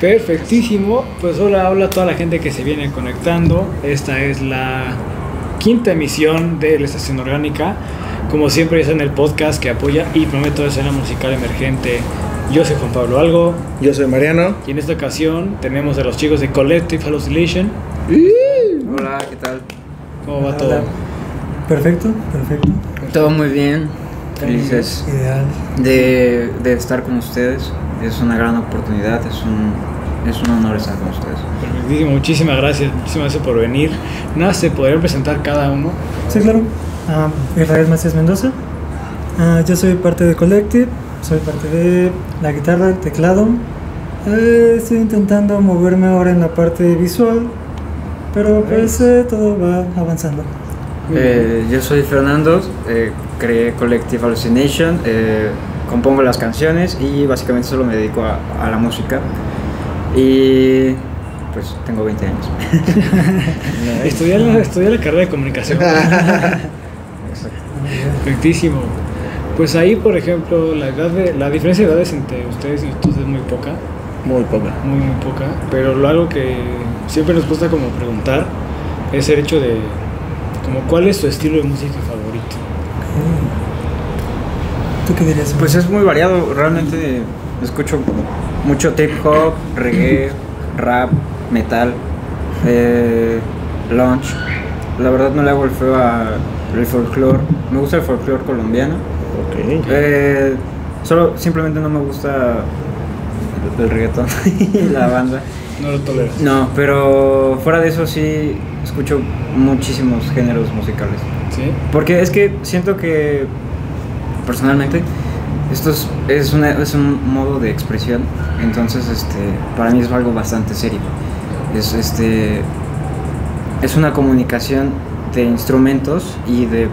Perfectísimo, pues hola, hola a toda la gente que se viene conectando. Esta es la quinta emisión de la Estación Orgánica. Como siempre es en el podcast que apoya y prometo la escena musical emergente. Yo soy Juan Pablo Algo Yo soy Mariano. y en esta ocasión tenemos a los chicos de Collective Hallucination. Hola, ¿qué tal? ¿Cómo va Hola. todo? Perfecto, perfecto. Todo muy bien. Felices Ideal. de, de estar con ustedes. Es una gran oportunidad, es un, es un honor estar con ustedes. Perfectísimo, muchísimas gracias, muchísimas gracias por venir. Nada, se podrían presentar cada uno. Sí, claro. Ah, Israel Macías Mendoza. Ah, yo soy parte de Collective, soy parte de la guitarra, el teclado. Eh, estoy intentando moverme ahora en la parte visual, pero pues eh, todo va avanzando. Muy Eh, yo soy Fernando, eh, creé Collective Hallucination, eh, compongo las canciones y básicamente solo me dedico a, a la música. Y pues tengo 20 años. Estudiar la, estudiar la carrera de comunicación. Perfectísimo. Pues ahí, por ejemplo, la, edad de- la diferencia de edades entre ustedes y nosotros es muy poca, Muy poca. muy, muy poca, pero lo algo que siempre nos gusta como preguntar es el hecho de, como, ¿cuál es su estilo de música favorito? ¿Tú qué dirías? Pues es muy variado, realmente escucho mucho hip hop, reggae, rap, metal, eh, lounge. La verdad no le hago el feo al folclore, me gusta el folclore colombiano. Ok. Eh, solo simplemente no me gusta el, el reggaetón y la banda. No lo tolero. No, pero fuera de eso sí escucho muchísimos géneros musicales. ¿Sí? Porque es que siento que, personalmente, esto es, es, una- es un modo de expresión. Entonces, este, para mí es algo bastante serio. Es, este, es una comunicación de instrumentos y de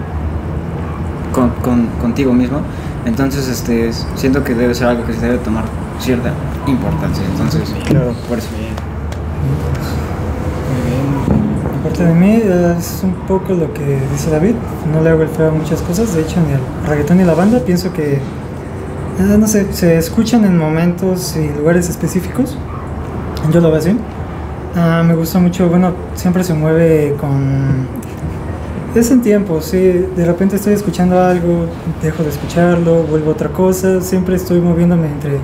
con, con- contigo mismo. Entonces, este, es- siento que debe ser algo que se debe tomar cierta importancia. Entonces, Claro. por eso. Muy bien. Parte de mí eh, es un poco lo que dice David. No le hago el feo a muchas cosas. De hecho, ni al reggaetón ni la banda pienso que, eh, no sé, se escuchan en momentos y lugares específicos. Yo lo veo así. Ah, me gusta mucho, bueno, siempre se mueve con... Es en tiempo, sí. De repente estoy escuchando algo, dejo de escucharlo, vuelvo a otra cosa. Siempre estoy moviéndome entre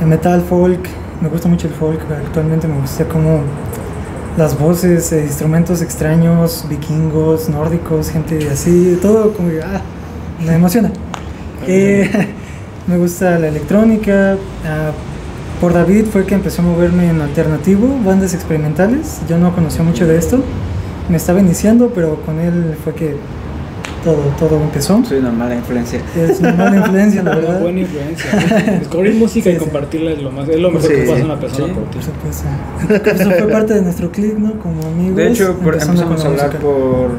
el metal, folk. Me gusta mucho el folk. Actualmente me gusta cómo las voces, eh, instrumentos extraños, vikingos, nórdicos, gente así, todo como que ah, me emociona. Eh, me gusta la electrónica. ah, por David fue que empezó a moverme en alternativo, bandas experimentales. Yo no conocía mucho de esto. Me estaba iniciando, pero con él fue que todo, todo empezó. Soy una mala influencia. Es una mala influencia, la Una verdad. buena influencia. Descubrir música Sí, y sí. compartirla es lo, más, es lo mejor Sí, que pasa sí. a una persona Sí. por ti. Por supuesto. Eso fue parte de nuestro clic, ¿no? Como amigos. De hecho, por- empezando con empezamos a la hablar música.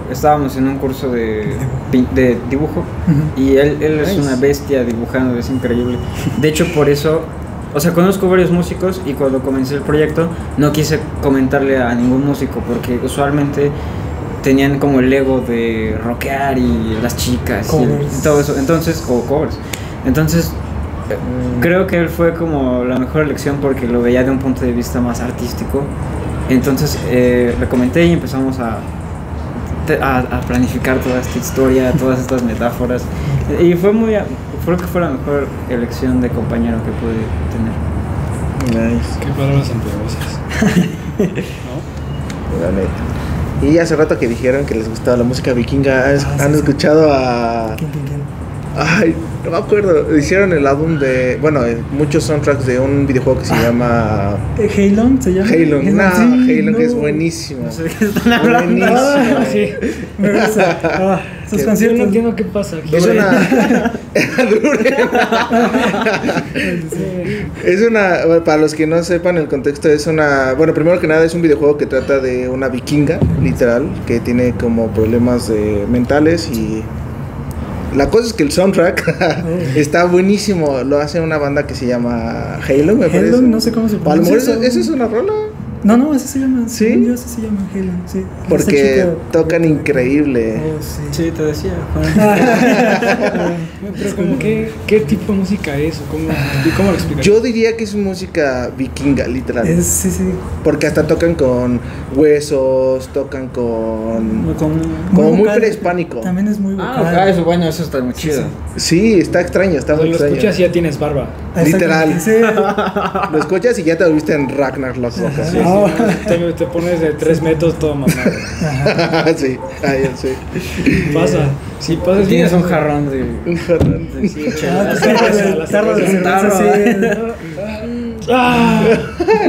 por. Estábamos en un curso de, pi- de dibujo Ujú. Y él, él es Nice. una bestia dibujando, es increíble. De hecho, por eso, o sea, conozco varios músicos y cuando comencé el proyecto no quise comentarle a ningún músico porque usualmente tenían como el ego de rockear y las chicas y, el- Covers. y todo eso. Entonces, o covers. Entonces, eh, creo que él fue como la mejor elección porque lo veía de un punto de vista más artístico. Entonces, eh, le comenté y empezamos a, te- a, a planificar toda esta historia, todas estas metáforas. Y fue muy. a- Creo que fue la mejor elección de compañero que pude tener. Nice. Qué palabras empleosas. ¿No? La neta. Y hace rato que dijeron que les gustaba la música vikinga, ¿has- Ah, sí, ¿han sí. escuchado a...? ¿Quién, quién, quién? Ay, no me acuerdo. Hicieron el álbum de... Bueno, eh, muchos soundtracks de un videojuego que se llama... Eh, Halon se llama. Halo. No, sí, Halo Ah, que es no. buenísimo. No sé de qué están hablando. Buenísimo. Ah, sí. Me gusta. Ah, sus Que- Yo conciertos. no entiendo qué pasa aquí. Es una... Sí. Es una, bueno, para los que no sepan el contexto, es una, bueno, primero que nada es un videojuego que trata de una vikinga, literal, que tiene como problemas eh, mentales y... La cosa es que el soundtrack está buenísimo, lo hace una banda que se llama Halo, me Halo, parece. no sé cómo se A lo mejor pronuncia eso, eso. eso es una rola. No, no, así se llama. ¿Sí? según Yo así se llama Helen, sí. Porque Esta chica- tocan increíble. Oh, sí. Sí, te decía, Ah, Pero como que, ¿qué tipo de música es? ¿O cómo, y cómo lo explicas? Yo diría que es música vikinga, literal. Es- sí, sí. Porque hasta tocan con huesos, tocan con... Como muy vocal. prehispánico. También es muy vocal. Ah, eso bueno, eso está muy chido. chido. Sí, está extraño, está Cuando muy lo extraño. escuchas y ya tienes barba. Literal. Exactamente, Lo escuchas y ya te viste en Ragnar los Sí, ojos. Ah. sí, te, te pones de 3 metros todo mamado. sí. Ajá. sí, ahí sí. Pasa. Si pasas Tienes bien- un jarrón de. Un jarrón. de Ah, Las tu tarro cervezas, de- las tarro de cervezas. cerveza, sí. ¡Ah!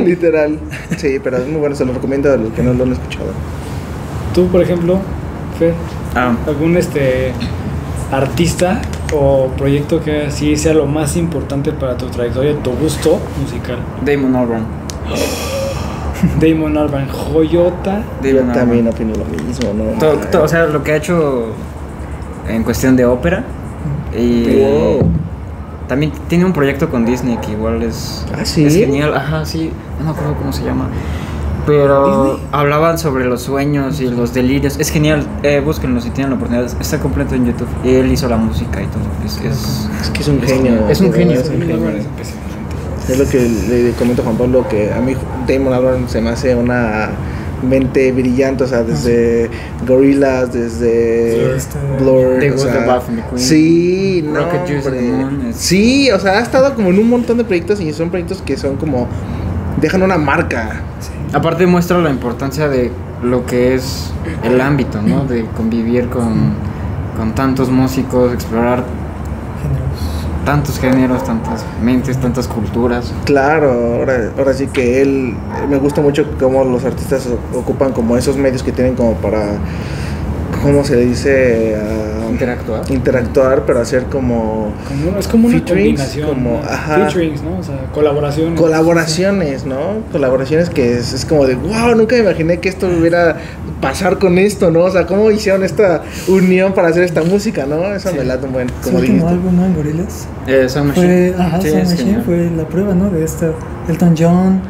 Literal. Sí, pero es muy bueno, se lo recomiendo a los que no lo han escuchado. Tú, por ejemplo, Fer, Ah, algún este artista o proyecto que así sea lo más importante para tu trayectoria, tu gusto musical. Ah, Damon Albarn. Damon Albarn, Joyota. Damon Yo Albarn. también opino lo mismo, ¿no? Todo- todo, o sea, lo que ha hecho en cuestión de ópera. Y Wow. también tiene un proyecto con Disney que igual es, Ah, ¿sí? es genial. Ajá, sí, no me acuerdo cómo se llama. Pero hablaban sobre los sueños y los delirios. Es genial, eh, búsquenlo si tienen la oportunidad. Está completo en YouTube. Y él hizo la música y todo. Es, es- Es que es un genio. Es un de genio. verdad, es un Damon genio. Albarn es impresionante. Es lo que le comento a Juan Pablo, que a mí Damon Albarn se me hace una mente brillante, o sea, desde Gorillaz, desde Sí, Blur, The o Good, sea, The Bad, The Queen, sí, no, Rocket Juice, hombre. The Moon, es- sí, o sea, ha estado como en un montón de proyectos y son proyectos que son como dejan una marca, Aparte muestra la importancia de lo que es el ámbito, ¿no? De convivir con, con tantos músicos, explorar Géneros. tantos géneros, tantas mentes, tantas culturas. Claro, ahora, ahora sí que él, me gusta mucho cómo los artistas o- ocupan como esos medios que tienen como para, ¿cómo se le dice? Ah, Interactuar. interactuar, pero hacer como Como- es como una Featurings, combinación. como- ¿no? ajá. Featurings, ¿no? O sea, colaboraciones. colaboraciones, ¿no? Colaboraciones que es, es como de, wow, nunca imaginé que esto hubiera pasar con esto, ¿no? O sea, ¿cómo hicieron esta unión para hacer esta música, ¿no? Eso me late un buen, Su como último dijiste. álbum, ¿no? En Gorillaz. Eh, Sound Machine. Fue, ajá, Sí, Sound es Machine genial. fue la prueba, ¿no? De esta. Elton John,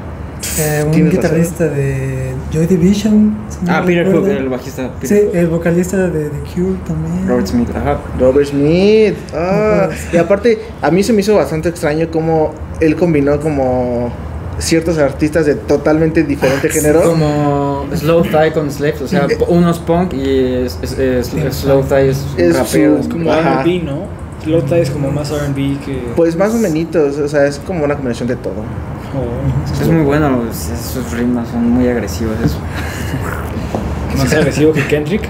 eh, un Tienes guitarrista de Joy Division. si no Ah, me Peter recuerdo. Hook, el bajista. Peter Sí, Hook. el vocalista de The Cure también. Robert Smith, ajá. Robert Smith. Ah, y aparte, a mí se me hizo bastante extraño cómo él combinó como ciertos artistas de totalmente diferente género. Ah, Como Slow Thai con Slaves, o sea, po- uno es punk y es- es- es- es Slow Thai es, Es rapero. Es como Ajá. RB, ¿no? Lota es como más RB que. Pues más o menos, o sea, es como una combinación de todo. o Es muy bueno, es- es- sus ritmos son muy agresivos. es- más agresivo que Kendrick.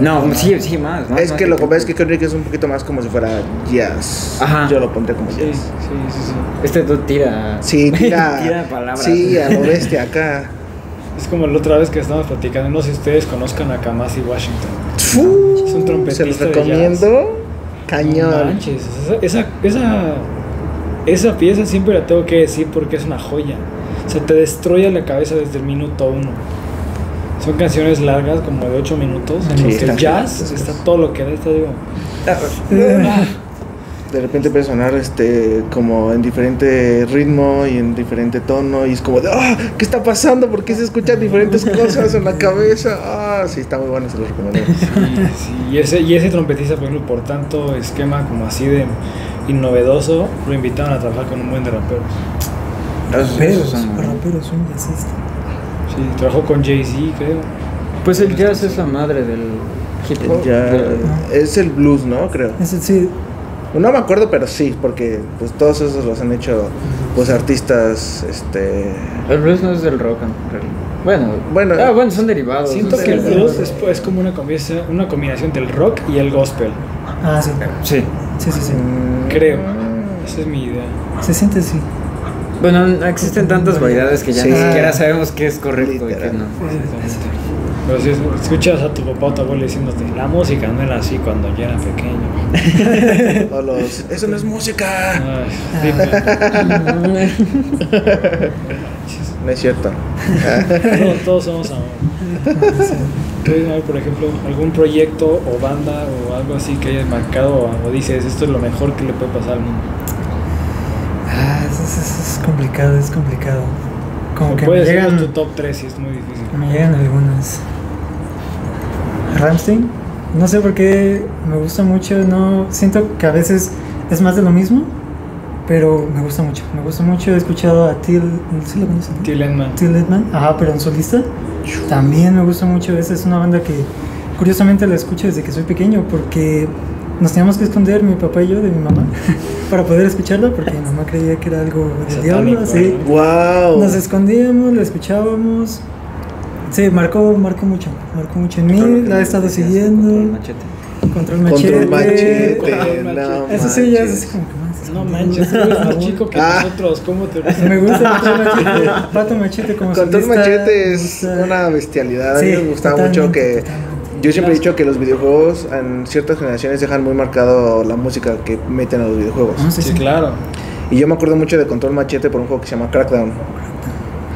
No, sí, sí, más. ¿no? es Más que lo que pasa es Peter que Kendrick es un poquito más como si fuera jazz. Ajá. Yo lo pondré como Sí, sí, jazz. sí. sí. Hook. Este tú tira. Sí, tira, Tira palabras. Sí, a lo bestia acá. Es como la otra vez que estábamos platicando. No sé si ustedes conozcan a Kamasi Washington. Es un trompetista Se los de jazz. recomiendo. No Cañón. manches, esa, esa, esa, esa pieza siempre la tengo que decir porque es una joya. O sea, te destruye la cabeza desde el minuto uno. Son canciones largas, como de 8 minutos, en Sí, los que el están jazz gigantes, está pues. todo lo que da. Está, digo, Eh, Ah, De repente puede sonar este, como en diferente ritmo y en diferente tono y es como de, ah, ¿qué está pasando? ¿Por qué se escuchan diferentes cosas en la cabeza? Ah, sí, está muy bueno, se los recomiendo. sí, sí. Y, ese, y ese trompetista, por ejemplo, por tanto esquema como así de innovedoso, lo invitaron a trabajar con un buen de raperos. Raperos, son- raperos, un jazzista. Sí, trabajó con Jay-Z, creo. Pues el jazz es la madre del hip hop. Ya, del- Oh, es el blues, ¿no? Creo. Es el- sí, No me acuerdo, pero sí, porque pues todos esos los han hecho pues artistas, este... El blues no es del rock en realidad. Bueno, Bueno. ah, bueno, son derivados. Siento o sea, que el de- blues es, es como una combinación, una combinación del rock y el gospel. Ah, sí. Sí. Sí, sí, sí. Creo. Mm. Esa es mi idea. Se siente así. Bueno, existen tantas variedades que ya Sí. ni siquiera sabemos qué es este, correcto y qué no. Exactamente. Pero si escuchas a tu papá o tu abuelo diciéndote, la música no era así cuando yo era pequeño. O los, Eso no es música. Ay, Ah, dime, No es cierto. todos, todos somos amor. ¿Tú, Ismael, por ejemplo, algún proyecto o banda o algo así que hayas marcado o, o dices, esto es lo mejor que le puede pasar al mundo? Ah, es, es- es- es complicado, es complicado. Como que me puedes llegar llegan, a tu top 3 y es muy difícil. me llegan algunas. Ramstein, no sé por qué me gusta mucho, no siento que a veces es más de lo mismo, pero me gusta mucho. Me gusta mucho, he escuchado a Till, ¿sí lo conoces? Till Lindemann. Till Lindemann, ajá, pero en solista. También me gusta mucho. Esa es una banda que curiosamente la escucho desde que soy pequeño porque nos teníamos que esconder mi papá y yo de mi mamá para poder escucharla porque mi mamá creía que era algo del diablo, Satánico, así. ¡Wow! Nos escondíamos, la escuchábamos. Sí, marcó, marcó mucho, marcó mucho en Todo lo mí, que la he me estado decías, control siguiendo. machete. Control machete. Ah, Control machete. Control no machete. Eso sí, ya es manches. así como que más. No manches, tú eres más chico que Ah. nosotros. ¿Cómo te Me gusta Control machete, Pato machete como Control solista, Machete me es gusta. una bestialidad. Sí, a mí me gustaba totalmente, mucho que. totalmente. Yo siempre he dicho que los videojuegos en ciertas generaciones dejan muy marcado la música que meten a los videojuegos. No sé Sí, si- claro. Y yo me acuerdo mucho de Control Machete por un juego que se llama Crackdown.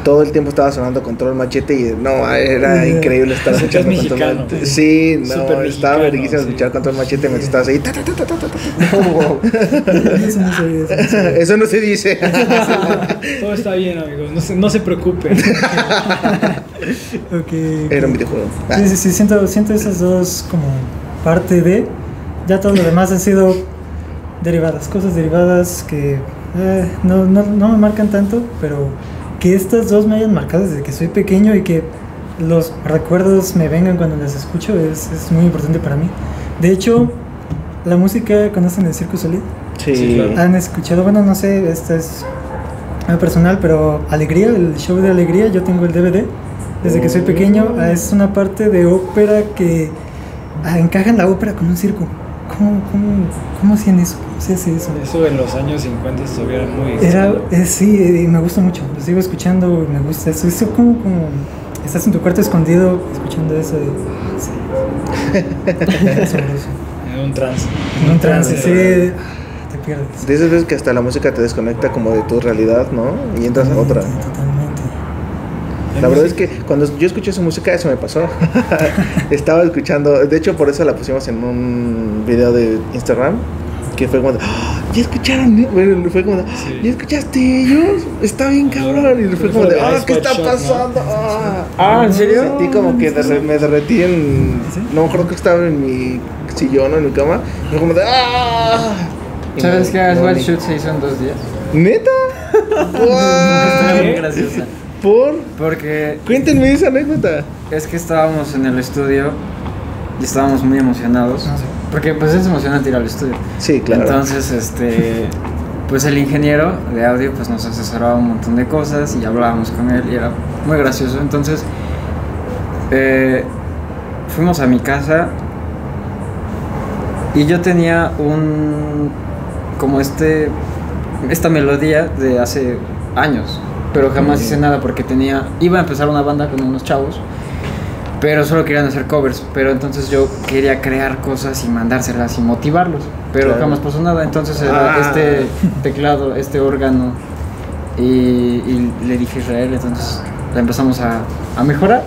Todo el tiempo estaba sonando Control Machete y no, era Sí. increíble estar Eso que es escuchando mexicano. Control Machete. Sí, no, Súper estaba mexicano, verguísimo sí. escuchar Control Machete mientras estabas ahí. ta, ta, ta, ta, ta, ta, ta. No, Eso no se ve, eso no se ve. Eso no se dice. Todo está bien, amigos. No se, no se preocupen. Ok, Era un ok. videojuego. Ah, Sí, sí, sí, siento, siento esas dos como parte de. Ya todo lo demás han sido derivadas, cosas derivadas que eh, no, no, no me marcan tanto, pero que estas dos me hayan marcado desde que soy pequeño y que los recuerdos me vengan cuando las escucho es, es muy importante para mí. De hecho, la música, ¿conocen el Circo Solid? Sí, Sí, claro. ¿Han escuchado? Bueno, no sé, esta es algo personal, pero Alegría, el show de Alegría, yo tengo el DVD desde que soy pequeño. Ah, Es una parte de ópera que ah, encajan la ópera con un circo. ¿Cómo, cómo, cómo hacían eso? ¿Cómo se hace eso? Eso en los años 50 estuviera muy. Era, escándalo. eh, sí, eh, me gusta mucho. Lo sigo escuchando y me gusta eso. Eso como, como estás en tu cuarto escondido escuchando eso. de- sí. Sabroso. En un trance. En un trance, sí. Te pierdes. De esas veces que hasta la música te desconecta como de tu realidad, ¿no? Y entras a otra. Totalmente. La verdad es que cuando yo escuché su música, eso me pasó. Estaba escuchando, de hecho, por eso la pusimos en un video de Instagram. Que fue como, de, "Ah, ya escucharon, eh?" Bueno, fue como, de, Sí. ya escuchaste ellos, está bien cabrón. Y fue como, de, ah, ¿qué está pasando? Ah, Ah, ¿en serio? Sentí como que derre- me derretí en. ¿Sí? No me acuerdo que estaba en mi sillón o en mi cama. Fue como de, ah. Y ¿Sabes no- qué? no, Aswad ni- Shoot se hizo en dos días. ¿Neta? Está Guau. bien graciosa. ¿Por? Porque Cuéntenme esa anécdota. es que estábamos en el estudio y estábamos muy emocionados. No sé. Porque pues es emocionante ir al estudio. Sí, claro. Entonces, este, pues el ingeniero de audio pues nos asesoraba un montón de cosas y hablábamos con él y era muy gracioso. Entonces, eh, fuimos a mi casa y yo tenía un, como este, esta melodía de hace años, pero jamás hice nada porque tenía, iba a empezar una banda con unos chavos. Pero solo querían hacer covers, pero entonces yo quería crear cosas y mandárselas y motivarlos, pero Claro. jamás pasó nada, entonces era Ah. este teclado, este órgano, y, y le dije a Israel, entonces la empezamos a, a mejorar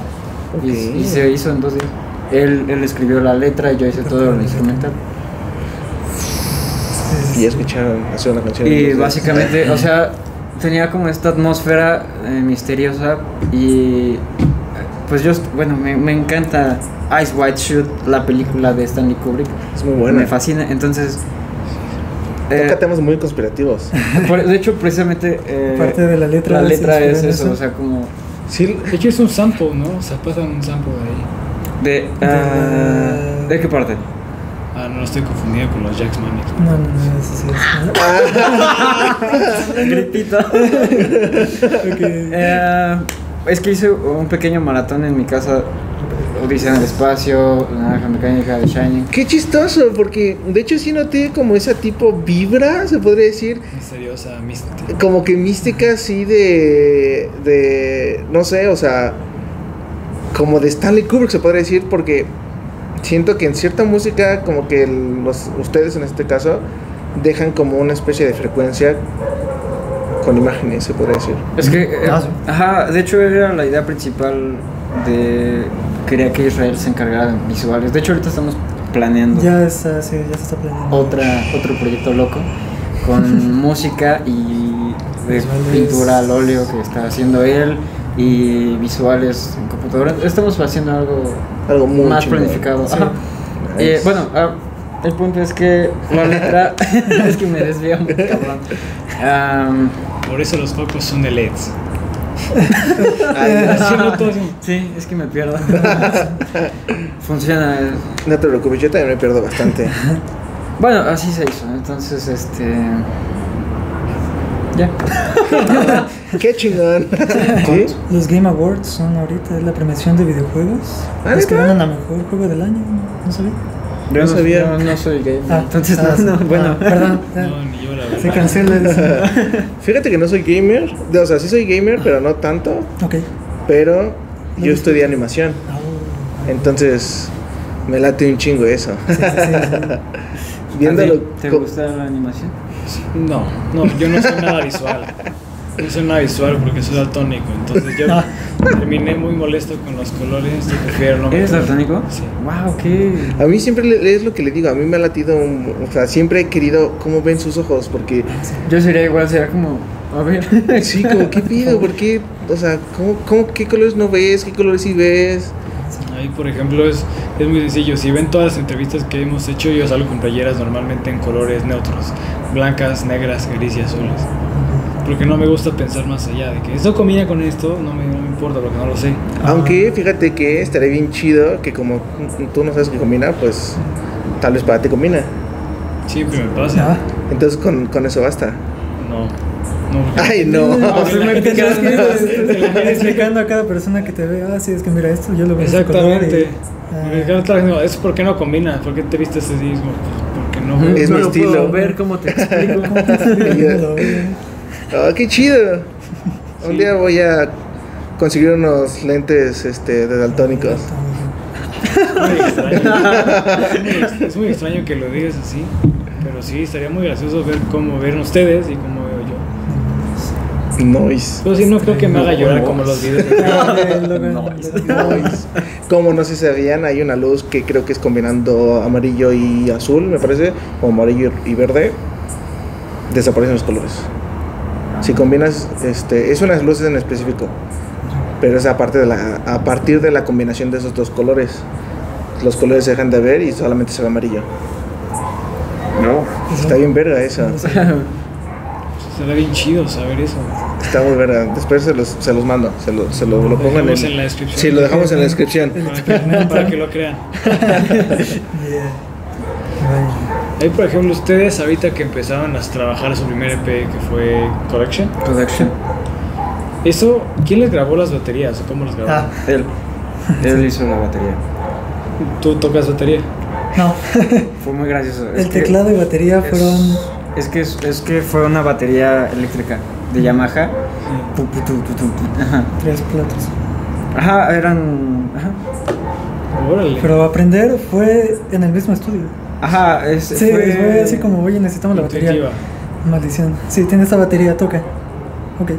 y- Ok. y, se hizo en dos días. Él, él escribió la letra y yo hice todo el instrumental. Sí, sí, Y sí. ya escucharon hacer una canción. Y Entonces, básicamente, o sea, tenía como esta atmósfera eh, misteriosa y pues yo, bueno, me, me encanta Ice White Shoot, la película de Stanley Kubrick. "Ah, Es muy buena. Me fascina, entonces... eh, Toca temas muy conspirativos. por- de hecho, precisamente... eh, Parte de la letra La se letra inspira es en eso, eso. o sea, como... Sí, De hecho, es un sample, ¿no? O sea, pasan un sample de ahí. De, ah, ¿De qué parte? Ah, no, estoy confundido con los Jax Manics. No, no, no, eso sí es. Gritito. Ok. Eh, es que hice un pequeño maratón en mi casa. Odisea en el espacio, La Naranja Mecánica, The Shining. Qué chistoso, porque de hecho sí noté como esa tipo vibra, se podría decir, Misteriosa, mística. como que mística así de, de, no sé, o sea, como de Stanley Kubrick se podría decir, porque siento que en cierta música, como que el- los, ustedes en este caso, dejan como una especie de frecuencia con imágenes, se podría decir. Es que, eh, Ah, sí. ajá, de hecho era la idea principal de quería que Israel se encargara de visuales. De hecho ahorita estamos planeando Ya está, sí, ya se está planeando. otra otro proyecto loco con música y de Visuales. pintura al óleo que está haciendo él y visuales en computadora. Estamos haciendo algo Algo muy más chingón. planificado. Sí. Ajá. Nice. Eh, bueno, ah, el punto es que la letra es que me desvía muy cabrón. Am, Por eso los focos son de LEDs. Ay, Así no todo así. sí, es que me pierdo. Funciona. eh. no te preocupes, yo también me pierdo bastante. Bueno, así se hizo. Entonces, este. Ya. Qué chingón. ¿Sí? Los Game Awards son ahorita es la premiación de videojuegos. ¿Ah, los que neta? ganan a mejor juego del año, ¿no sabía? Yo no sabía. No, no soy gay. Ah, entonces, ah, no, no, ah, bueno. perdón. No, ni yo la Se verdad. cancela eso. Fíjate que no soy gamer. de- O sea, sí soy gamer, pero no tanto. ok. Pero yo estudié animación. Ah. Entonces, me late un chingo eso. ¿A Viéndolo. ti ¿Te co- gusta la animación? No, no, yo no soy nada visual. No soy nada visual porque soy daltónico. Entonces yo Ah. terminé muy molesto con los colores. Yo prefiero no ¿Eres meter- daltónico? Sí. Wow, qué. A mí siempre le- es lo que le digo, a mí me ha latido, un- o sea, siempre he querido cómo ven sus ojos, porque Yo sería igual, sería como. A ver. sí, como qué pido, por qué, o sea, ¿cómo, cómo, qué colores no ves, qué colores sí ves. Ahí, por ejemplo, es, es muy sencillo. Si ven todas las entrevistas que hemos hecho, yo salgo con playeras normalmente en colores neutros: blancas, negras, gris y azules. Porque no me gusta pensar más allá de que esto combina con esto, no me, no me importa porque no lo sé. Ah. Aunque fíjate que estaría bien chido que como tú no sabes qué combina, pues tal vez para ti combina. Siempre me Ah, pasa. Entonces con, con eso basta. No, no. porque- Ay, no. No, te la gente tendrás que que- ir explicando a cada persona que te ve, ah, sí, es que mira esto, yo lo veo. de este color Exactamente. y- ah. Porque claro, claro, no, Es porque no combina, porque te vistes así mismo, porque no. güey. Es no mi lo estilo. puedo ver cómo te explico. y- yo lo veo. Ah, qué chido. Un Sí. día voy a conseguir unos lentes este, de daltónicos. Muy extraño. es muy extraño que lo digas así, pero sí, estaría muy gracioso ver cómo ven ustedes y cómo veo yo. Noise. Pero sí, no creo que me haga llorar como los videos. de- Ah, el logo- Noise. Como no sé si sabían, hay una luz que creo que es combinando amarillo y azul, me parece, o amarillo y verde. Desaparecen los colores. Si combinas, este, es unas luces en específico, pero es aparte de la, a partir de la combinación de esos dos colores. Los colores se dejan de ver y solamente se ve amarillo. No. Está bien verga eso. Será bien chido saber eso. Está muy verga. Después se los, se los mando, se lo, se lo, lo pongan dejamos en la descripción. Sí, lo dejamos en la descripción. Para que, para que lo crean. Yeah. Vaya. Ahí, por ejemplo, ustedes ahorita que empezaron a trabajar su primer EP que fue Correction, Production. eso, ¿quién les grabó las baterías o cómo las grabó? Ah, Él. Él hizo la batería. ¿Tú tocas batería? no, Fue muy gracioso. Es el que- teclado y batería es- fueron. Es que, es, es que fue una batería eléctrica de Yamaha. Tu, tu, tu, tu, tu, tu. Ajá. Tres platos. Ajá, eran. Ajá. Órale. Pero aprender fue en el mismo estudio. Ajá, es, Sí, fue, así como, oye, necesitamos la Intuitiva. batería. Maldición. Sí, tiene esta batería, toca. Ok.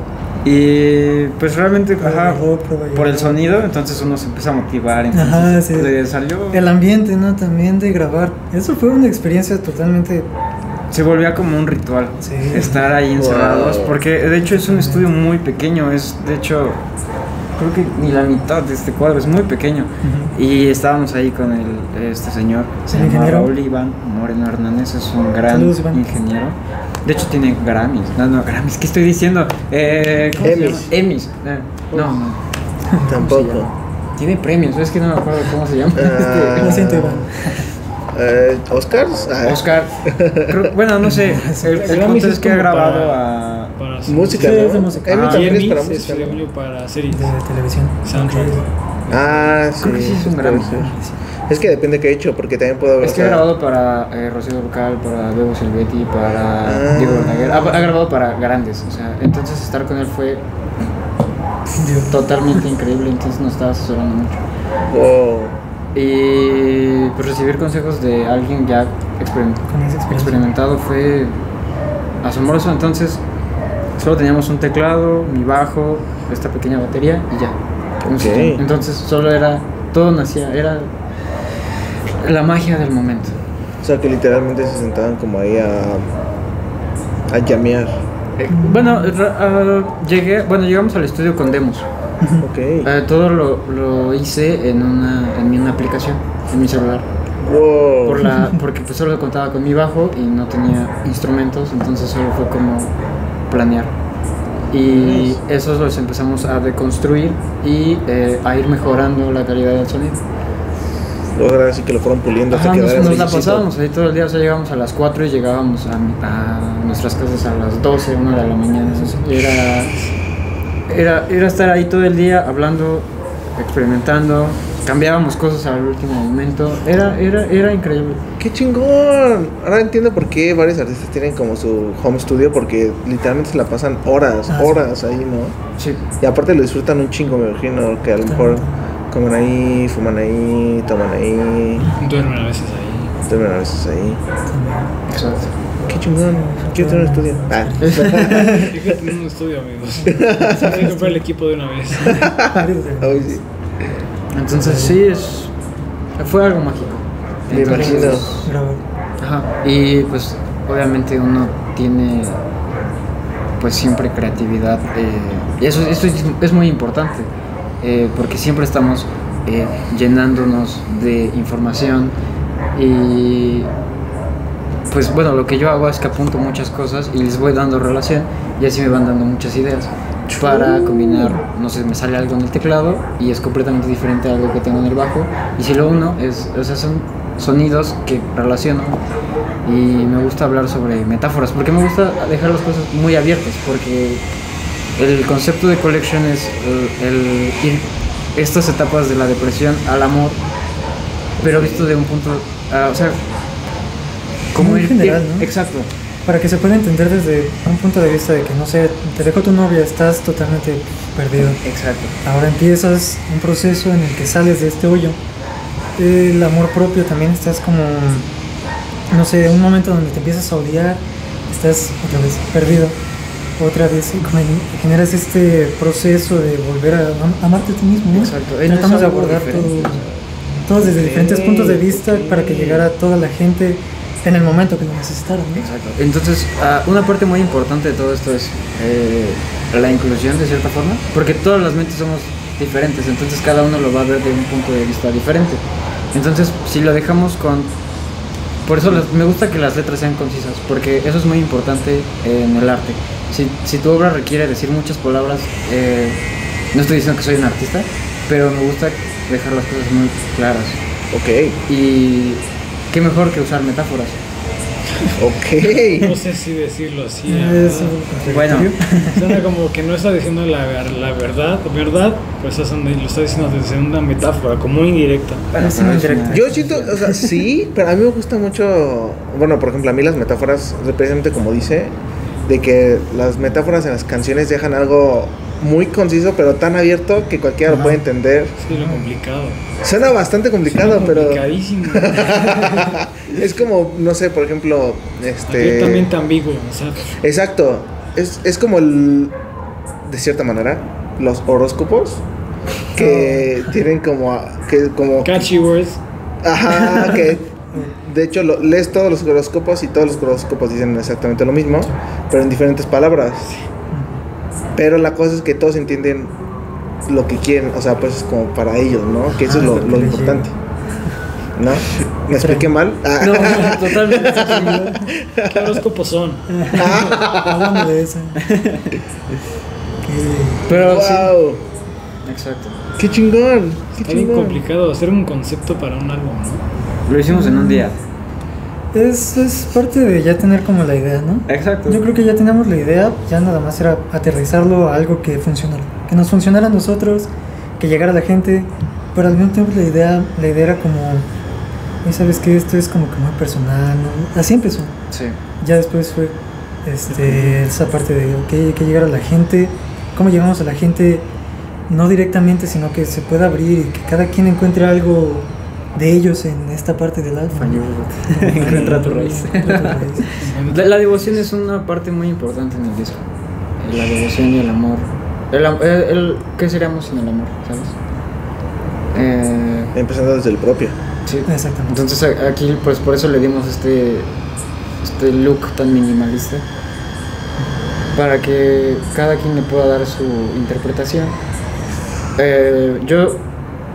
Y pues realmente, Prueba ajá, error, prueba y por el error. sonido, entonces uno se empieza a motivar. Entonces pues, Ajá, sí. le salió. El ambiente, ¿no? También de grabar. Eso fue una experiencia totalmente. Se volvía como un ritual Sí. estar ahí encerrados, Wow. porque de hecho es un estudio muy pequeño, es de hecho, creo que ni la mitad de este cuadro es muy pequeño. Y estábamos ahí con el, este señor, se ¿El llama ingeniero? Raúl Iván Moreno Hernández, es un gran Saludos, Iván. ingeniero. De hecho tiene Grammys, no, no, Grammys, ¿qué estoy diciendo? Eh, ¿cómo se Emmys. llama? Emmys. Eh, no, no. Tampoco. Tiene premios, es que no me acuerdo cómo se llama. Ah. Lo siento, Iván. Eh, ¿Oscars? Ah, Este, Oscar. Creo- bueno, no sé. El, el Grammys punto es es que ha como grabado para- a. Para Música, Sí, ¿no? es de música. Emmy Ah, también es Emmys para es música. ¿no? premio para series. De televisión. Soundtrack. Ah, sí. Creo que sí es un puede Grammy. ser. Es que depende qué he hecho, porque también puedo ver. Es que ha grabado para eh, Rocío Durcal, para Bebo Silvetti, para Ah. Diego Verdaguer. Ha, ha grabado para grandes. O sea, entonces estar con él fue Dios. totalmente increíble. Entonces nos estaba asesorando mucho. Wow. Y pues recibir consejos de alguien ya experimentado. Con esa experiencia. experimentado fue asombroso. Entonces, solo teníamos un teclado, mi bajo, esta pequeña batería y ya. Un Ok. sistema. Entonces, solo era, todo nacía, era la magia del momento. O sea, que literalmente se sentaban como ahí a. a llamear. Eh, bueno, ra- ah, llegué, bueno, llegamos al estudio con demos. Ok. Eh, todo lo, lo hice en una, en mi- una aplicación, en mi celular. Wow. Por la, porque pues solo contaba con mi bajo y no tenía instrumentos, entonces solo fue como planear. Y esos los empezamos a deconstruir y eh, a ir mejorando la calidad del sonido. Ahora sí que lo fueron puliendo hasta Ajá, quedar nos, nos la exquisito. pasábamos ahí todo el día, o sea, llegábamos a las 4 y llegábamos a, mi- a nuestras casas a las 12, 1 de la mañana. o sea, era, era, era estar ahí todo el día hablando, experimentando, cambiábamos cosas al último momento. Era, era, era increíble. ¡Qué chingón! Ahora entiendo por qué varios artistas tienen como su home studio, porque literalmente se la pasan horas, Ah, sí. horas ahí, ¿no? Sí. Y aparte lo disfrutan un chingo, me imagino, que a lo mejor comen ahí, fuman ahí, toman ahí, Duermen a veces ahí. duermen a veces ahí. Exacto. ¡Qué chingón! Quiero tener un estudio. Ah. Hay que tener un estudio, amigos. Hay que comprar el equipo de una vez. Ay, sí. Entonces sí, es, fue algo mágico. Me Entonces, imagino. Grabado. Ajá. Y pues obviamente uno tiene pues siempre creatividad. eh, y eso, eso es, es muy importante, eh, porque siempre estamos eh, llenándonos de información y pues bueno, lo que yo hago es que apunto muchas cosas y les voy dando relación y así me van dando muchas ideas para combinar, no sé, me sale algo en el teclado y es completamente diferente a algo que tengo en el bajo y si lo uno es, o sea, son sonidos que relaciono y me gusta hablar sobre metáforas porque me gusta dejar las cosas muy abiertas porque el concepto de collection es el, el ir estas etapas de la depresión al amor pero visto de un punto, ah, o sea, como Muy ir, general, ir- ¿no? Exacto. Para que se pueda entender desde un punto de vista de que, no sé, te dejó tu novia, estás totalmente perdido. Exacto. Ahora empiezas un proceso en el que sales de este hoyo. El amor propio también estás como, no sé, un momento donde te empiezas a odiar, estás otra vez perdido. Otra vez y como en- generas este proceso de volver a am- amarte a ti mismo. ¿no? Exacto, es Tratamos de algo abordar diferente, todo, o sea. todo desde diferentes Ok, puntos de vista para que ok. llegara a toda la gente en el momento que lo necesitaron. ¿no? Exacto. Entonces, ah, una parte muy importante de todo esto es eh, la inclusión, de cierta forma, porque todas las mentes somos diferentes, entonces cada uno lo va a ver de un punto de vista diferente. Entonces, si lo dejamos con... Por eso las- me gusta que las letras sean concisas, porque eso es muy importante eh, en el arte. Si, si tu obra requiere decir muchas palabras, eh, no estoy diciendo que soy un artista, pero me gusta dejar las cosas muy claras. Ok, Y qué mejor que usar metáforas. No ok. sé si decirlo así. Es ¿verdad? un Bueno. Ah, contradictorio. Suena como que no está diciendo la, la verdad, verdad, pues eso lo está diciendo desde una metáfora, como muy indirecta. Bueno, Es pero una es una- indirecta. Yo siento, o sea, sí, pero a mí me gusta mucho, bueno, por ejemplo, a mí las metáforas, precisamente como dice, de que las metáforas en las canciones dejan algo muy conciso, pero tan abierto que cualquiera lo Ajá. puede entender. Es que es lo complicado. Suena bastante complicado, Suena pero Complicadísimo. es como, no sé, por ejemplo, este... Abiertamente ambiguo, o sea, Exacto. Es, es como el. De cierta manera, los horóscopos. Que tienen como. a- Que como catchy words. ajá, que. De hecho, lo- lees todos los horóscopos y todos los horóscopos dicen exactamente lo mismo, pero en diferentes palabras. Pero la cosa es que todos entienden lo que quieren, o sea, pues es como para ellos, ¿no? Que eso es lo, Ajá, Ah, es lo lo que les importante. ¿No? ¿Me expliqué mal? Ah. No, totalmente. ¿Qué horóscopos son? Hablando de eso. Que- Pero sí. ¡Wow! Exacto. ¡Qué chingón! ¡Qué Está bien chingón! complicado hacer un concepto para un álbum, ¿no? Lo hicimos en un día. Es, es parte de ya tener como la idea, ¿no? Exacto. Yo creo que ya teníamos la idea, ya nada más era aterrizarlo a algo que funcionara. Que nos funcionara a nosotros, que llegara a la gente, pero al mismo tiempo la idea, la idea era como, "Ay, ¿sabes qué? Esto es como que muy personal, ¿no?". Así empezó. Sí. Ya después fue este, esa parte de, ok, hay que llegar a la gente, cómo llegamos a la gente, no directamente, sino que se pueda abrir y que cada quien encuentre algo de ellos en esta parte del alfa. Encuentra tu raíz. Encuentra tu raíz. La, la devoción es una parte muy importante en el disco. Eh, La devoción y el amor. El, am- el- el- ¿Qué seríamos sin el amor? ¿Sabes? Eh, Empezando desde el propio. sí. Exactamente. Entonces a- aquí, pues por eso le dimos este, este look tan minimalista. para que cada quien le pueda dar su interpretación. Eh, yo,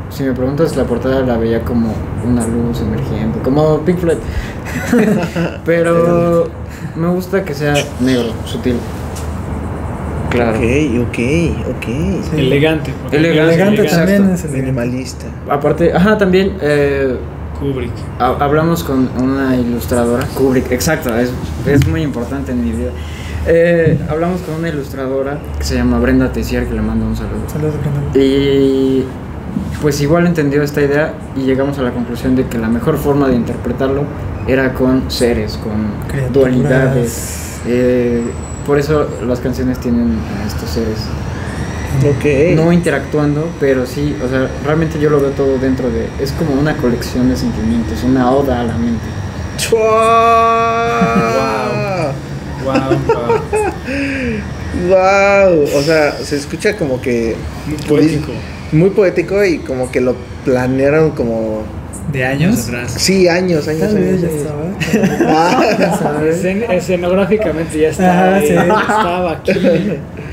si me preguntas, la portada la veía como una luz emergiendo, como Pink Floyd. Pero me gusta que sea negro, sutil. Claro. Ok, ok, ok. Sí. Elegante. porque Elegante, Elegante exacto. también es elegante. Minimalista. Aparte, ajá, también eh, Kubrick. ha- hablamos con una ilustradora, Kubrick, exacto, es, es muy importante en mi vida. Eh, hablamos con una ilustradora que se llama Brenda Tessier, que le mando un saludo. Saludos, Brandon. Y pues igual entendió esta idea y llegamos a la conclusión de que la mejor forma de interpretarlo era con seres, con Criaturas. dualidades. Eh, por eso las canciones tienen a estos seres. Ok. No interactuando, pero sí, o sea, realmente yo lo veo todo dentro de... Es como una colección de sentimientos, una oda a la mente. ¡Chua! Wow, wow. wow. O sea, se escucha como que Muy poético. muy poético y como que lo planearon como ¿De Años años? atrás. sí años, años, Tal vez años. ya años. estaba. Ah, Escen- escenográficamente ya Ah, estaba, ahí, sí. estaba aquí.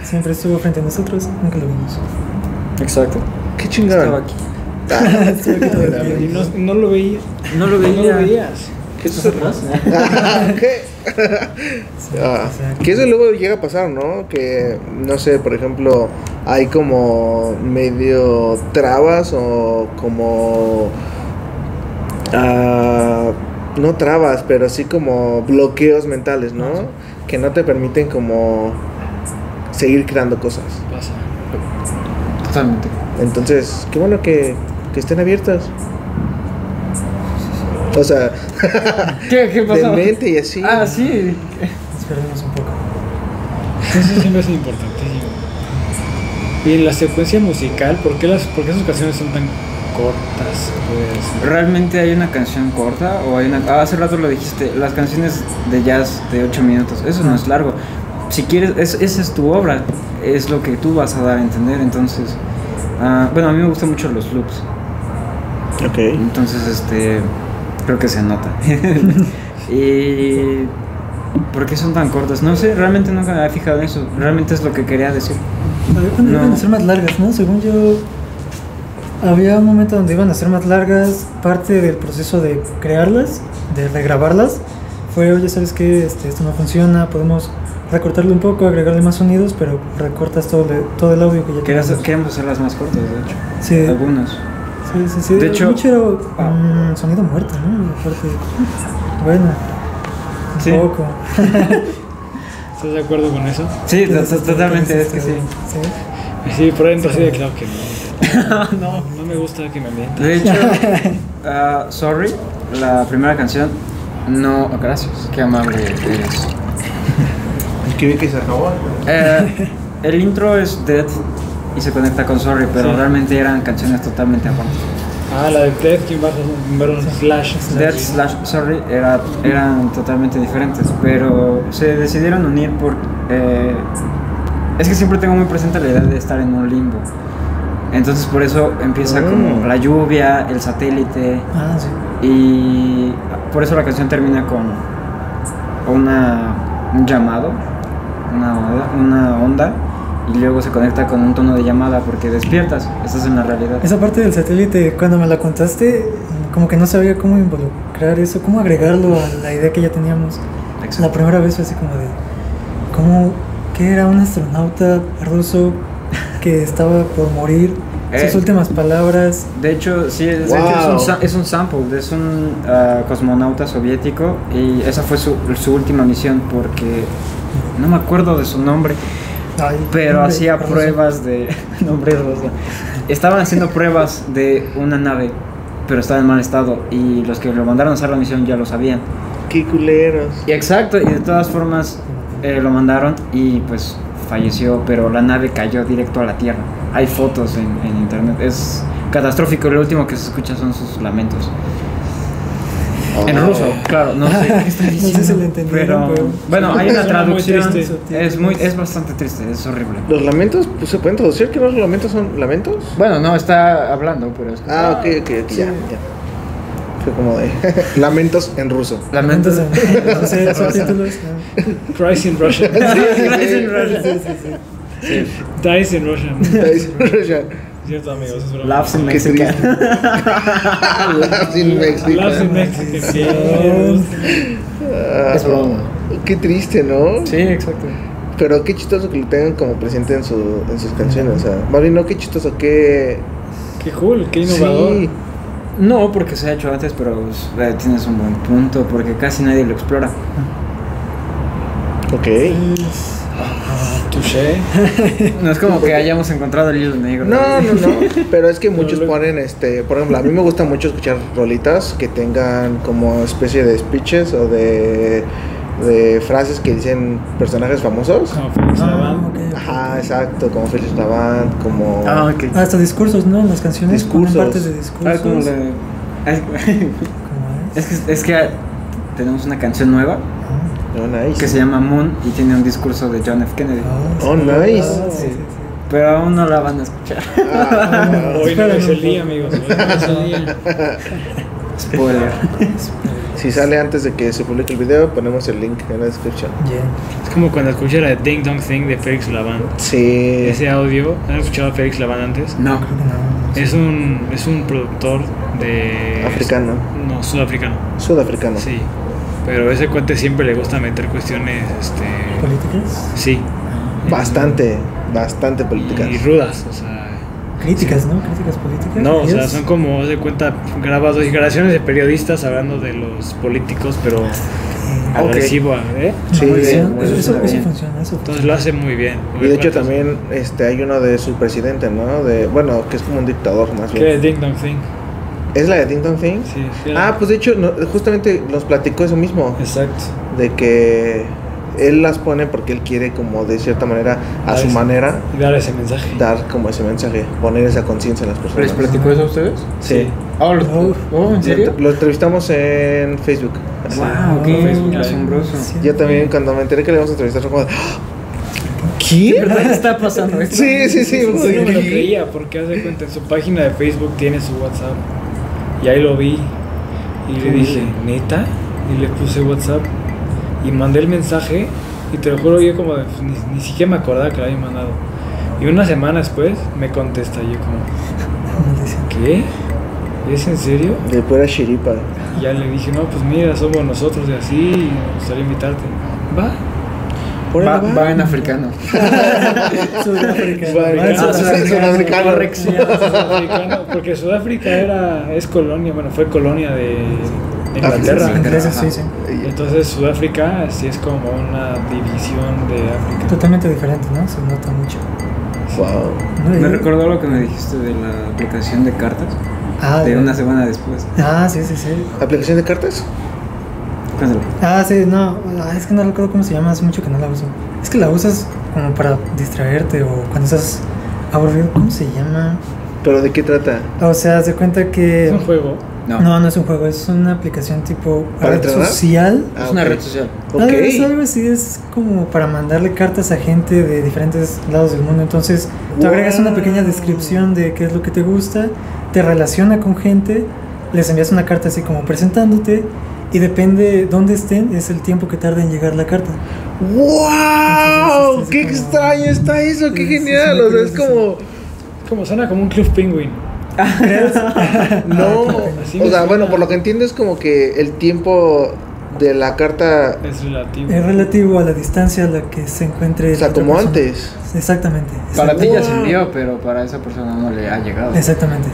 Siempre estuvo frente a nosotros, nunca lo vimos. Exacto. qué Estaba chingón. aquí. Ah, Estuvo aquí todo el tiempo. Y no, no lo veías. No lo No lo veía. veías. ¿Qué es eso? Ah, ¿Qué? Sí, Ah, o sea, que eso luego llega a pasar, ¿no? Que, no sé, por ejemplo, hay como medio trabas o como... ah, no trabas, pero sí como bloqueos mentales, Ah, ¿no? Que no te permiten como seguir creando cosas. Pasa. Totalmente. Entonces, qué bueno que, que estén abiertas. O sea, ¿Qué, qué de pasó? mente y así. Ah, sí. nos perdimos un poco. Eso siempre es importantísimo. Y en la secuencia musical, ¿por qué, las, por qué sus canciones son tan cortas? Pues, ¿Realmente hay una canción corta o hay una... ah, hace rato lo dijiste, las canciones de jazz de 8 minutos, eso no es largo. Si quieres, es- esa es tu obra, es lo que tú vas a dar a entender, entonces... ah, bueno, a mí me gustan mucho los loops, Ok. entonces este... Creo que se nota. y... ¿Por qué son tan cortas? No sé, realmente nunca me había fijado en eso, realmente es lo que quería decir. Iban No. iban a ser más largas, ¿no? Según yo, había un momento donde iban a ser más largas. Parte del proceso de crearlas, de regrabarlas, fue, oye, ¿sabes qué? Este, esto no funciona, podemos recortarle un poco, agregarle más sonidos, pero recortas todo, le- todo el audio que ya Querías- tenemos. Queremos hacerlas más cortas, de hecho. Sí, Algunas. sí, sí, sí. De hecho- Mucho era, Ah. mm, sonido muerto, ¿no? Aparte, bueno, un Sí. poco. ¿Estás de acuerdo con eso? Sí, to- to- totalmente, es que este sí. este, Sí. Sí, por dentro así de claro que no. No, no me gusta que me mientan. De hecho, ah, Sorry, la primera canción, no, oh, gracias, qué amable eres. Qué bien que se acabó. Eh, el intro es Dead y se conecta con Sorry, pero Sí. realmente eran canciones totalmente aparte. Ah, la de Death King Barton Baron Slash. Dead slash Sorry era, eran totalmente diferentes, pero se decidieron unir por... eh, es que siempre tengo muy presente la idea de estar en un limbo. Entonces por eso empieza como Mm. la lluvia, el satélite, Ah, sí. Y por eso la canción termina con una, un llamado, una onda, una onda, y luego se conecta con un tono de llamada porque despiertas, estás en la realidad. Esa parte del satélite, cuando me la contaste, como que no sabía cómo involucrar eso, cómo agregarlo a la idea que ya teníamos. La Exacto. primera vez fue así como de, ¿cómo? que era un astronauta ruso que estaba por morir? Eh. Sus últimas palabras. De hecho, sí, Wow. es, de hecho es un, sa- es un sample, es un ah, cosmonauta soviético y esa fue su, su última misión porque no me acuerdo de su nombre, Ay, pero hombre, hacía ruso. pruebas de... nombre ruso. Estaban haciendo pruebas de una nave, pero estaba en mal estado y los que lo mandaron a hacer la misión ya lo sabían. Qué culeros. Y exacto, y de todas formas eh, lo mandaron y pues falleció, pero la nave cayó directo a la Tierra. Hay fotos en, en internet, es catastrófico, lo último que se escucha son sus lamentos. Oh, En ruso, claro, no sé qué está No sé si diciendo. lo entendieron, pero, pero- bueno, hay una Suena muy traducción, triste. es, muy, es bastante triste, es horrible. Los lamentos, pues se pueden traducir que los lamentos son lamentos. Bueno, no, está hablando, pero es que... Ah, ok, ok, ok, ya, Sí. ya. Fue como de lamentos en ruso. Lamento. No sé, subtítulos. ¿no? Cries in Russian. Dies in Russian. Cierto, amigos. Es broma. Laughs in Qué triste. Mexican. Laughs in Mexican. Laughs in Mexican. Bien. Ah, Es broma. Qué triste, ¿no? Sí, exacto. Pero qué chistoso que lo tengan como presente en, su, en sus canciones. O sea, más bien, no, qué chistoso, qué. Qué cool, qué innovador. Sí. No, porque se ha hecho antes, pero pues, eh, tienes un buen punto, porque casi nadie lo explora. Ok. Ah, Touché. No es como que hayamos encontrado el hilo negro. No, no, no. Pero es que No, muchos luego- ponen, este, por ejemplo, a mí me gusta mucho escuchar rolitas que tengan como especie de speeches o de, de frases que dicen personajes famosos. Como Félix Ah, Laván. ok, ok. Ajá, exacto, como Félix Laván, como... Ah, ok. Hasta discursos, ¿no? En las canciones. ponen Discursos. partes de discursos. Ah, como la- Ay, como es. Es que, es que tenemos una canción nueva Ah, Oh, nice. que se llama Moon y tiene un discurso de John F. Kennedy. ah, Oh, nice. sí, sí, sí. Pero aún no la van a escuchar. Ah, Hoy no Espera, es el no. día, amigos. Hoy no es el día. Spoiler. si sale antes de que se publique el video, ponemos el link en la descripción. Bien. Es como cuando escuché la de Ding Dong Thing de Félix Laván. Sí. Ese audio, ¿han escuchado a Félix Laván antes? No. Creo que no. Es un, es un productor de... Africano. No, sudafricano. Sudafricano. Sí. Pero a ese cuate siempre le gusta meter cuestiones, este... Políticas. Sí. Bastante, bastante política. Y rudas, o sea... Críticas, ¿no? Críticas políticas. No, o sea, Ellos- son como, haz de cuenta, grabados y grabaciones de periodistas hablando de los políticos, pero Eh, agresivo, ¿eh? Sí, no, sí, eso- muy eso, eso, bien. funciona, eso Entonces lo funciona. hace muy bien. Y de hecho ¿Cuántos? también este, hay uno de su presidente, ¿no? De, bueno, que es como un dictador más ¿Qué bien. es Ding Dong Thing? ¿Es la de Ding Dong Thing? Sí, sí, Ah, pues de hecho, no- justamente nos platicó eso mismo. Exacto. de que él las pone porque él quiere como de cierta manera a Dar su ese- manera Y dar ese mensaje. dar como ese mensaje, poner esa conciencia en las ¿Les personas. platicó eso a ustedes? Sí. Ah, lo- oh, ¿en serio? Lo entrevistamos en Facebook. Wow, Sí. qué Facebook Live. asombroso. Sí. Yo también cuando me enteré que le íbamos a entrevistar fue como de, ¡Ah! ¿Quién? ¿Verdad está pasando esto? Sí, sí, sí. Yo fue no me lo como de, creía porque hace cuenta en su página de Facebook tiene su WhatsApp y ahí lo vi y le dije, ¿neta? Y le puse WhatsApp y mandé el mensaje y te lo juro yo como de, pues, ni, ni siquiera me acordaba que lo había mandado. Y una semana después me contesta y yo como, Maldición. ¿qué? ¿Es en serio? De pura chiripa. Y ya le dije, no, pues mira, somos nosotros de así y me gustaría invitarte. Va. Va, Órale, va en africano. Sudáfrica. Sudáfrica. Ah, Sudáfrica. Sudáfrica. Sí, era sudafricano, porque Sudáfrica era, es colonia, bueno, fue colonia de de Inglaterra. Inglaterra. Ingleses, Ah, sí, sí. Entonces Sudáfrica sí es como una división de África. Totalmente diferente, ¿no? Se nota mucho. Wow. No, eh. Me yo- recordó lo que me dijiste de la aplicación de cartas Ah, de ya. una semana después. Ah, sí, sí, sí. ¿Aplicación de cartas? Cuéntalo. Ah, sí, no. ah, Es que no recuerdo cómo se llama, hace mucho que no la uso. Es que la usas como para distraerte o cuando estás aburrido. ¿Cómo se llama? ¿Pero de qué trata? O sea, haz de cuenta que. Es un juego. No. No, no es un juego, es una aplicación tipo ¿Para red entrenar? social. Ah, es una ok. red social. Ok. Algo- Es algo así, es como para mandarle cartas a gente de diferentes lados del mundo. Entonces, tú Wow. agregas una pequeña descripción de qué es lo que te gusta, te relaciona con gente, les envías una carta así como presentándote, y depende dónde estén, es el tiempo que tarda en llegar la carta. ¡Wow! Entonces, ¡Qué es como- extraño está eso! ¡Qué Sí, sí, genial! sí, O sea, es sí, como... Es como suena como un Club Penguin. No, Así o me sea, suena. bueno, por lo que entiendo es como que el tiempo de la carta, Es relativo. Es relativo a la distancia a la que se encuentre. o la sea, otra como persona. antes. Exactamente. Para ti ya se Wow. envió, pero para esa persona no le ha llegado. Exactamente.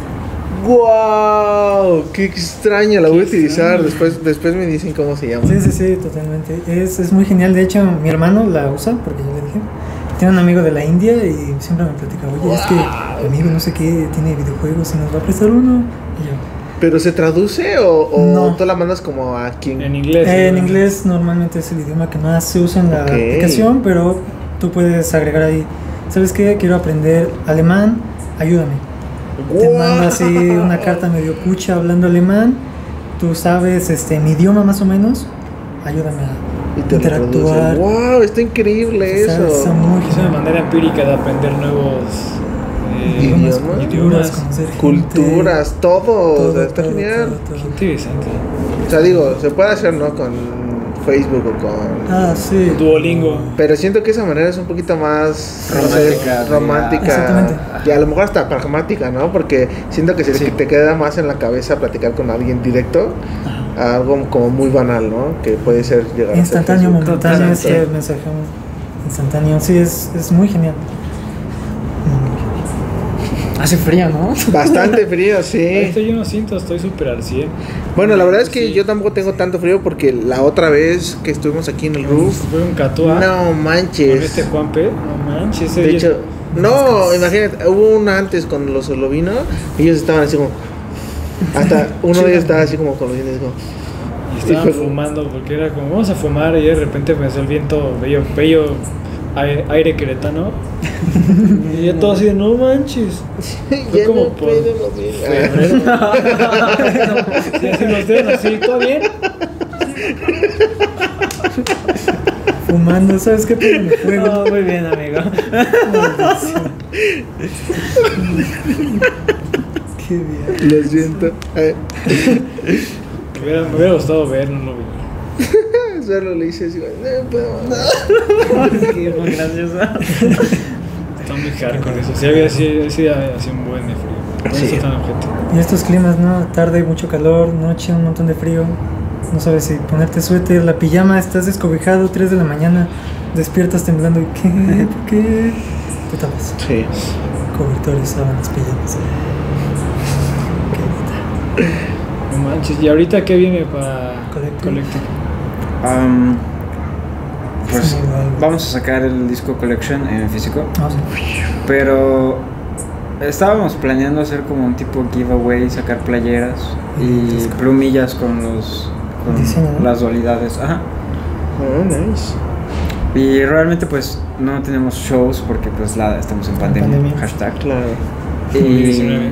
¡Wow! ¡Qué extraño! La voy a utilizar. Después, después me dicen cómo se llama. Sí, sí, sí, totalmente. Es, es muy genial. De hecho, mi hermano la usa, porque yo le dije. Tiene un amigo de la India y siempre me platica, oye, es que mi amigo no sé qué tiene videojuegos y nos va a prestar uno. Y yo, ¿Pero se traduce o, o No. tú la mandas como a quien? En inglés. "Eh, en seguramente. inglés normalmente es el idioma que más se usa en la Ok. aplicación, pero tú puedes agregar ahí, ¿sabes qué? Quiero aprender alemán, ayúdame. Te manda así una carta medio cucha hablando alemán, tú sabes este, mi idioma más o menos, ayúdame a Y te lo traduce. interactuar. ¡Wow! Está increíble Está- eso. está muy Es una manera empírica de aprender nuevos eh, Idiomas, culturas, conocer gente. Culturas, todo. o sea, está todo, genial. todo, qué todo. interesante. O sea, digo, se puede hacer, ¿no? Con Facebook o con. Ah, sí. Duolingo. Pero siento que esa manera es un poquito más no sé, Romántica, romántica. Exactamente. Y a lo mejor hasta pragmática, ¿no? Porque siento que se Sí. que te queda más en la cabeza platicar con alguien directo, a algo como muy banal, ¿no? Que puede ser llegar Instantáneo, a ser Facebook. momentáneo, es que Exacto. el mensaje instantáneo. Sí, es, es muy genial. Mm. Hace frío, ¿no? Bastante frío, sí. Eh. Esto yo no siento, estoy súper al 100. Bueno, la verdad es que Sí. yo tampoco tengo tanto frío porque la otra vez que estuvimos aquí en el roof, Fue un catoa no con manches. este Juanpe. No manches, ese De día- hecho, no, imagínate, hubo una antes con los Olovino, ellos estaban así como. Hasta uno de ellos estaba así como con los dientes como. Y estaban Híjole. fumando porque era como, vamos a fumar. Y de repente pensó el viento, bello, bello aire, aire queretano. y ya todo así de, no manches. Fue Ya como no por puedo mover". febrero. Y así los dedos así, ¿todo bien? Fumando, ¿sabes qué? Pero me juego. No, muy bien, amigo. Qué bien. Lo siento. Eh, Me hubiera, me hubiera gustado ver, no lo vi. Solo le hice así, como, "No puedo". Está muy hardcore eso. Sí, había sido hacía un buen de frío. Por Sí. eso está en objeto. Y estos climas, ¿no? Tarde, mucho calor, noche, un montón de frío. No sabes si ponerte suéter, la pijama, estás descobijado, 3 de la mañana, despiertas temblando. ¿y ¿Qué? ¿Por qué? Te tapas. Sí. Cobertores, sábanas, pijamas. ¿eh? No manches. ¿Y ahorita qué viene para Collective. Collective? Am, pues Sí, igual. vamos a sacar el disco collection en físico. Ah, sí. Pero estábamos planeando hacer como un tipo giveaway, sacar playeras y plumillas con los con Diseño, ¿no? las dualidades. Ajá. Oh, nice. Y realmente pues no tenemos shows porque pues la, estamos en pandemia, pandemia. hashtag. Claro. Y 2019.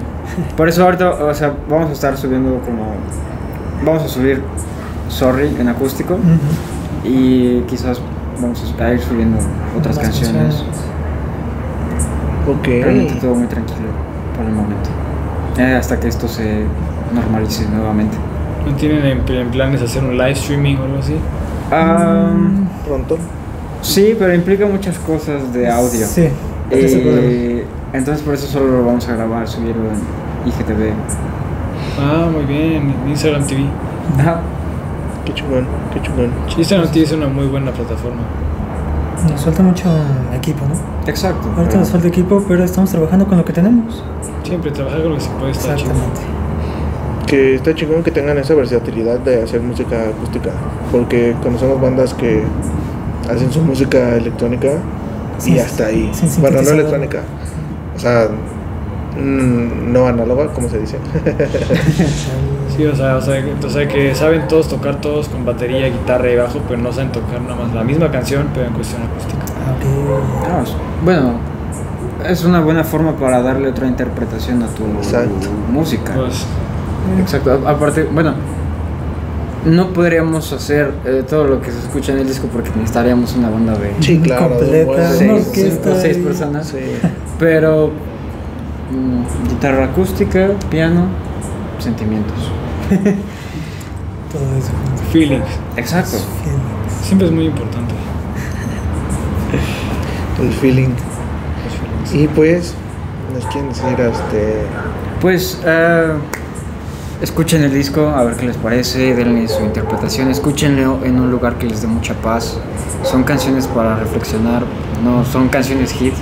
por eso ahorita, o sea, vamos a estar subiendo como vamos a subir Sorry en acústico Ujú. y quizás vamos a ir subiendo otras Más canciones. pues, Ok. Realmente todo muy tranquilo por el momento. Eh, hasta que esto se normalice nuevamente. ¿No tienen en, en planes hacer un live streaming o algo así? Am, Pronto. sí, pero implica muchas cosas de audio. Sí. Eh, estoy seguro. entonces por eso solo lo vamos a grabar, subirlo en IGTV. Ah, muy bien. en Instagram TV. Ajá. Qué chingón, qué chingón. Instagram TV es una muy buena plataforma. eh, Nos falta mucho equipo, ¿no? Exacto. Ahorita nos falta equipo, pero estamos trabajando con lo que tenemos. Siempre trabajar con lo que se puede estar chido. Exactamente. Que está chingón que tengan esa versatilidad de hacer música acústica. Porque conocemos bandas que hacen su música electrónica y Sí, hasta ahí. sin bueno, no sintetizador. electrónica. O sea, mm, no análoga, como se dice. Sí, o sea, o sea, que- o sea, que saben todos tocar todos con batería, guitarra y bajo, pero no saben tocar nada más la misma canción, pero en cuestión acústica. Ah, ok. Ah, es- Bueno, es una buena forma para darle otra interpretación a tu Exacto. música. Pues, Exacto, a- aparte, bueno, no podríamos hacer eh, todo lo que se escucha en el disco porque necesitaríamos una banda de Sí, claro. Completa, bueno, una sí, orquesta. cinco, seis ahí. personas, Sí. pero mm, guitarra acústica, piano, sentimientos. Todo eso. feelings. Exacto. Bien. Siempre es muy importante. El feeling. los feelings. Y pues, nos quieren decir este. Pues eh, escuchen el disco, a ver qué les parece, denle su interpretación, escúchenlo en un lugar que les dé mucha paz. Son canciones para reflexionar, no son canciones hit,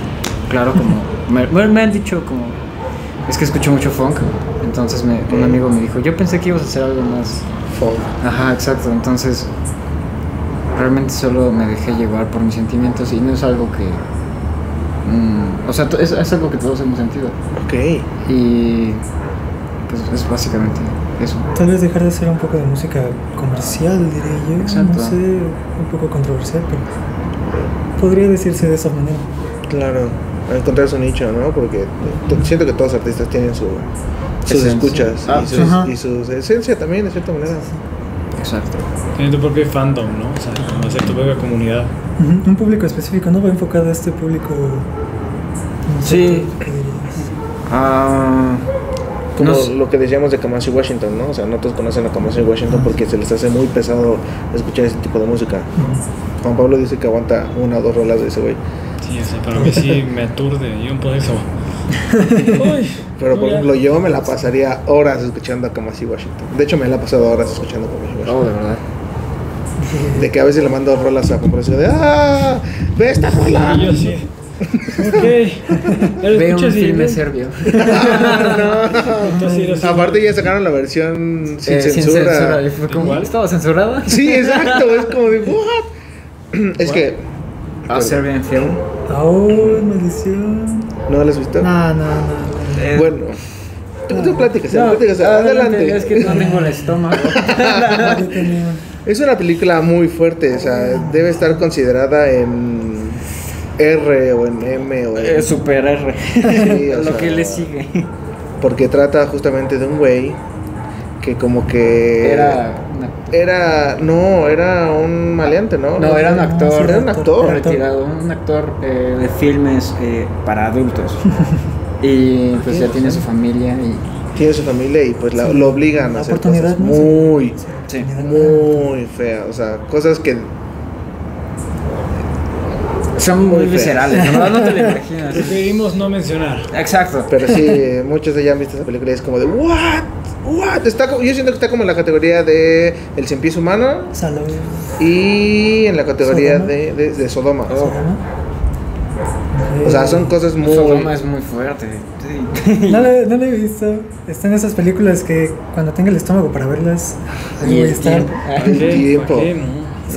claro, como me, bueno, me han dicho como es que escucho mucho funk, entonces me- un amigo me dijo, "Yo pensé que ibas a hacer algo más." Funk. Ajá, exacto, entonces realmente solo me dejé llevar por mis sentimientos y no es algo que mm, o sea, to- es- es algo que todos hemos sentido. Ok. Y pues es básicamente eso. Tal vez dejar de hacer un poco de música comercial, diría yo. Exacto. No sé, un poco controversial, pero podría decirse de esa manera. Claro, a encontrar su nicho, ¿no? Porque t- siento que todos los artistas tienen su, sus Esencia. escuchas Ah, y, sus, ajá. y su esencia también, de cierta manera. Exacto. Tener tu propio fandom, ¿no? O sea, como hacer tu propia comunidad. Ujú, Un público específico, ¿no? Va enfocado a este público. no sé, Sí. ¿tú qué dirías? Ah, Como no sé. lo que decíamos de Kamasi Washington, ¿no? O sea, no todos conocen a Kamasi Washington porque se les hace muy pesado escuchar ese tipo de música. Juan Pablo dice que aguanta una o dos rolas de ese güey. Sí, o sea, para mí sí me aturde. Yo no puedo eso. Uy, Pero por ya. ejemplo, yo me la pasaría horas escuchando a Kamasi Washington. De hecho, me la he pasado horas escuchando a Kamasi Washington. Oh, de verdad. De que a veces le mando rolas a Juan Pablo y digo de ¡Ah! ¡Ve esta rola! Y yo sí. Ok. Ya Ve lo un escuchas y- filme serbio. Entonces, sí, lo sé. Aparte, ya sacaron la versión sin, Eh, censura. Y fue como, Igual. ¿Estaba censurada? Sí, exacto. Es como de ¿What? Es que. A Serbian Film. ¡Oh, maldición! ¿No la has visto? Ah, No, no, no. Eh, Bueno. pues, Tú, tú platicas, No, platicas, adelante. Es que no tengo el estómago. Yo tenía- Es una película muy fuerte, o sea, debe estar considerada en R o en M o en... Eh, super R. Sí, o Lo sea, que le sigue. Porque trata justamente de un güey que como que... Era. una- Era... No, era un maleante, ¿no? No, era un actor. Era un actor. retirado, un actor eh, de filmes eh, para adultos. Y pues ya tiene su familia y. Tiene su familia y pues la- Sí. lo obligan a La hacer oportunidad, cosas ¿no? muy, Sí. muy feas. O sea, cosas que... Son muy Muy feas. viscerales, ¿no? No te lo imaginas. Preferimos no mencionar. Exacto. Pero sí, muchos de ya han visto esa película y es como de... ¿What? ¿What? Está, como- yo siento que está como en la categoría de El Cien Pies Humano Salud. Y en la categoría Sodoma. De, de, de Sodoma. Oh. Sodoma. Oh. O sea, son cosas muy... Sodoma es muy fuerte. Sí. Eh, No la, no la he visto. Están esas películas que cuando tenga el estómago para verlas, ahí Y voy a el estar. tiempo. El ¿Para qué? tiempo. ¿Para qué? No.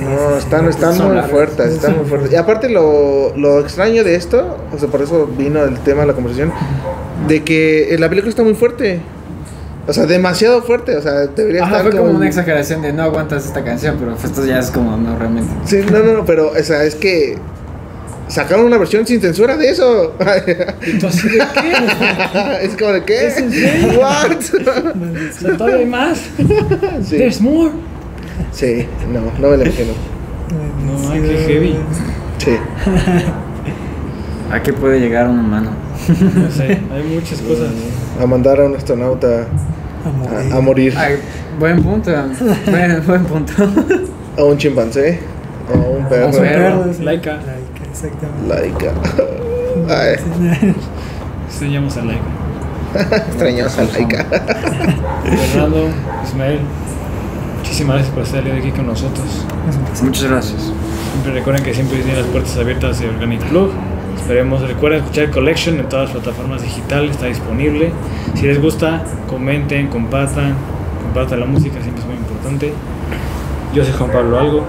No, están, están Son muy largas. fuertes, están muy fuertes. Y aparte lo, lo extraño de esto, o sea, por eso vino el tema de la conversación, de que eh, la película está muy fuerte. O sea, demasiado fuerte, o sea, debería Ajá, estar fue como con- una exageración de no aguantas esta canción, pero pues, esto ya es como no realmente. Sí, no, no, no, pero, o sea, es que sacaron una versión sin censura de eso. Y tú así de qué? es como de qué? ¿Es en serio? What? O sea, todavía hay más. sí, There's more. sí, no, no me lo imagino. No, ay, qué heavy. Sí. ¿A qué puede llegar un humano? No sé, hay muchas cosas. A mandar a un astronauta A morir. a, a morir. Ay, buen punto. Buen, buen punto. A un chimpancé. A un A perro. su perro, Perro. sí. Laika. Laika, exactamente. Laica. Ay, Enseñamos Este a like. extrañamos a Laica. Fernando, Ismael, muchísimas gracias por estar el día de aquí con nosotros. Muchas gracias. Siempre recuerden que siempre tienen las puertas abiertas de Organic Plug. Esperemos, recuerden escuchar Collection en todas las plataformas digitales, está disponible. Si les gusta, comenten, compartan, compartan la música, siempre es muy importante. Yo soy Juan Pablo Algo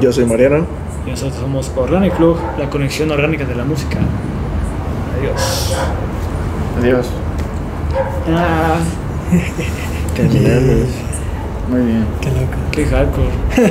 Yo soy Mariano. y nosotros somos Organic Plug, la conexión orgánica de la música. Adiós. Ah, Adiós. Terminamos. Muy bien. Qué loco. Qué hardcore.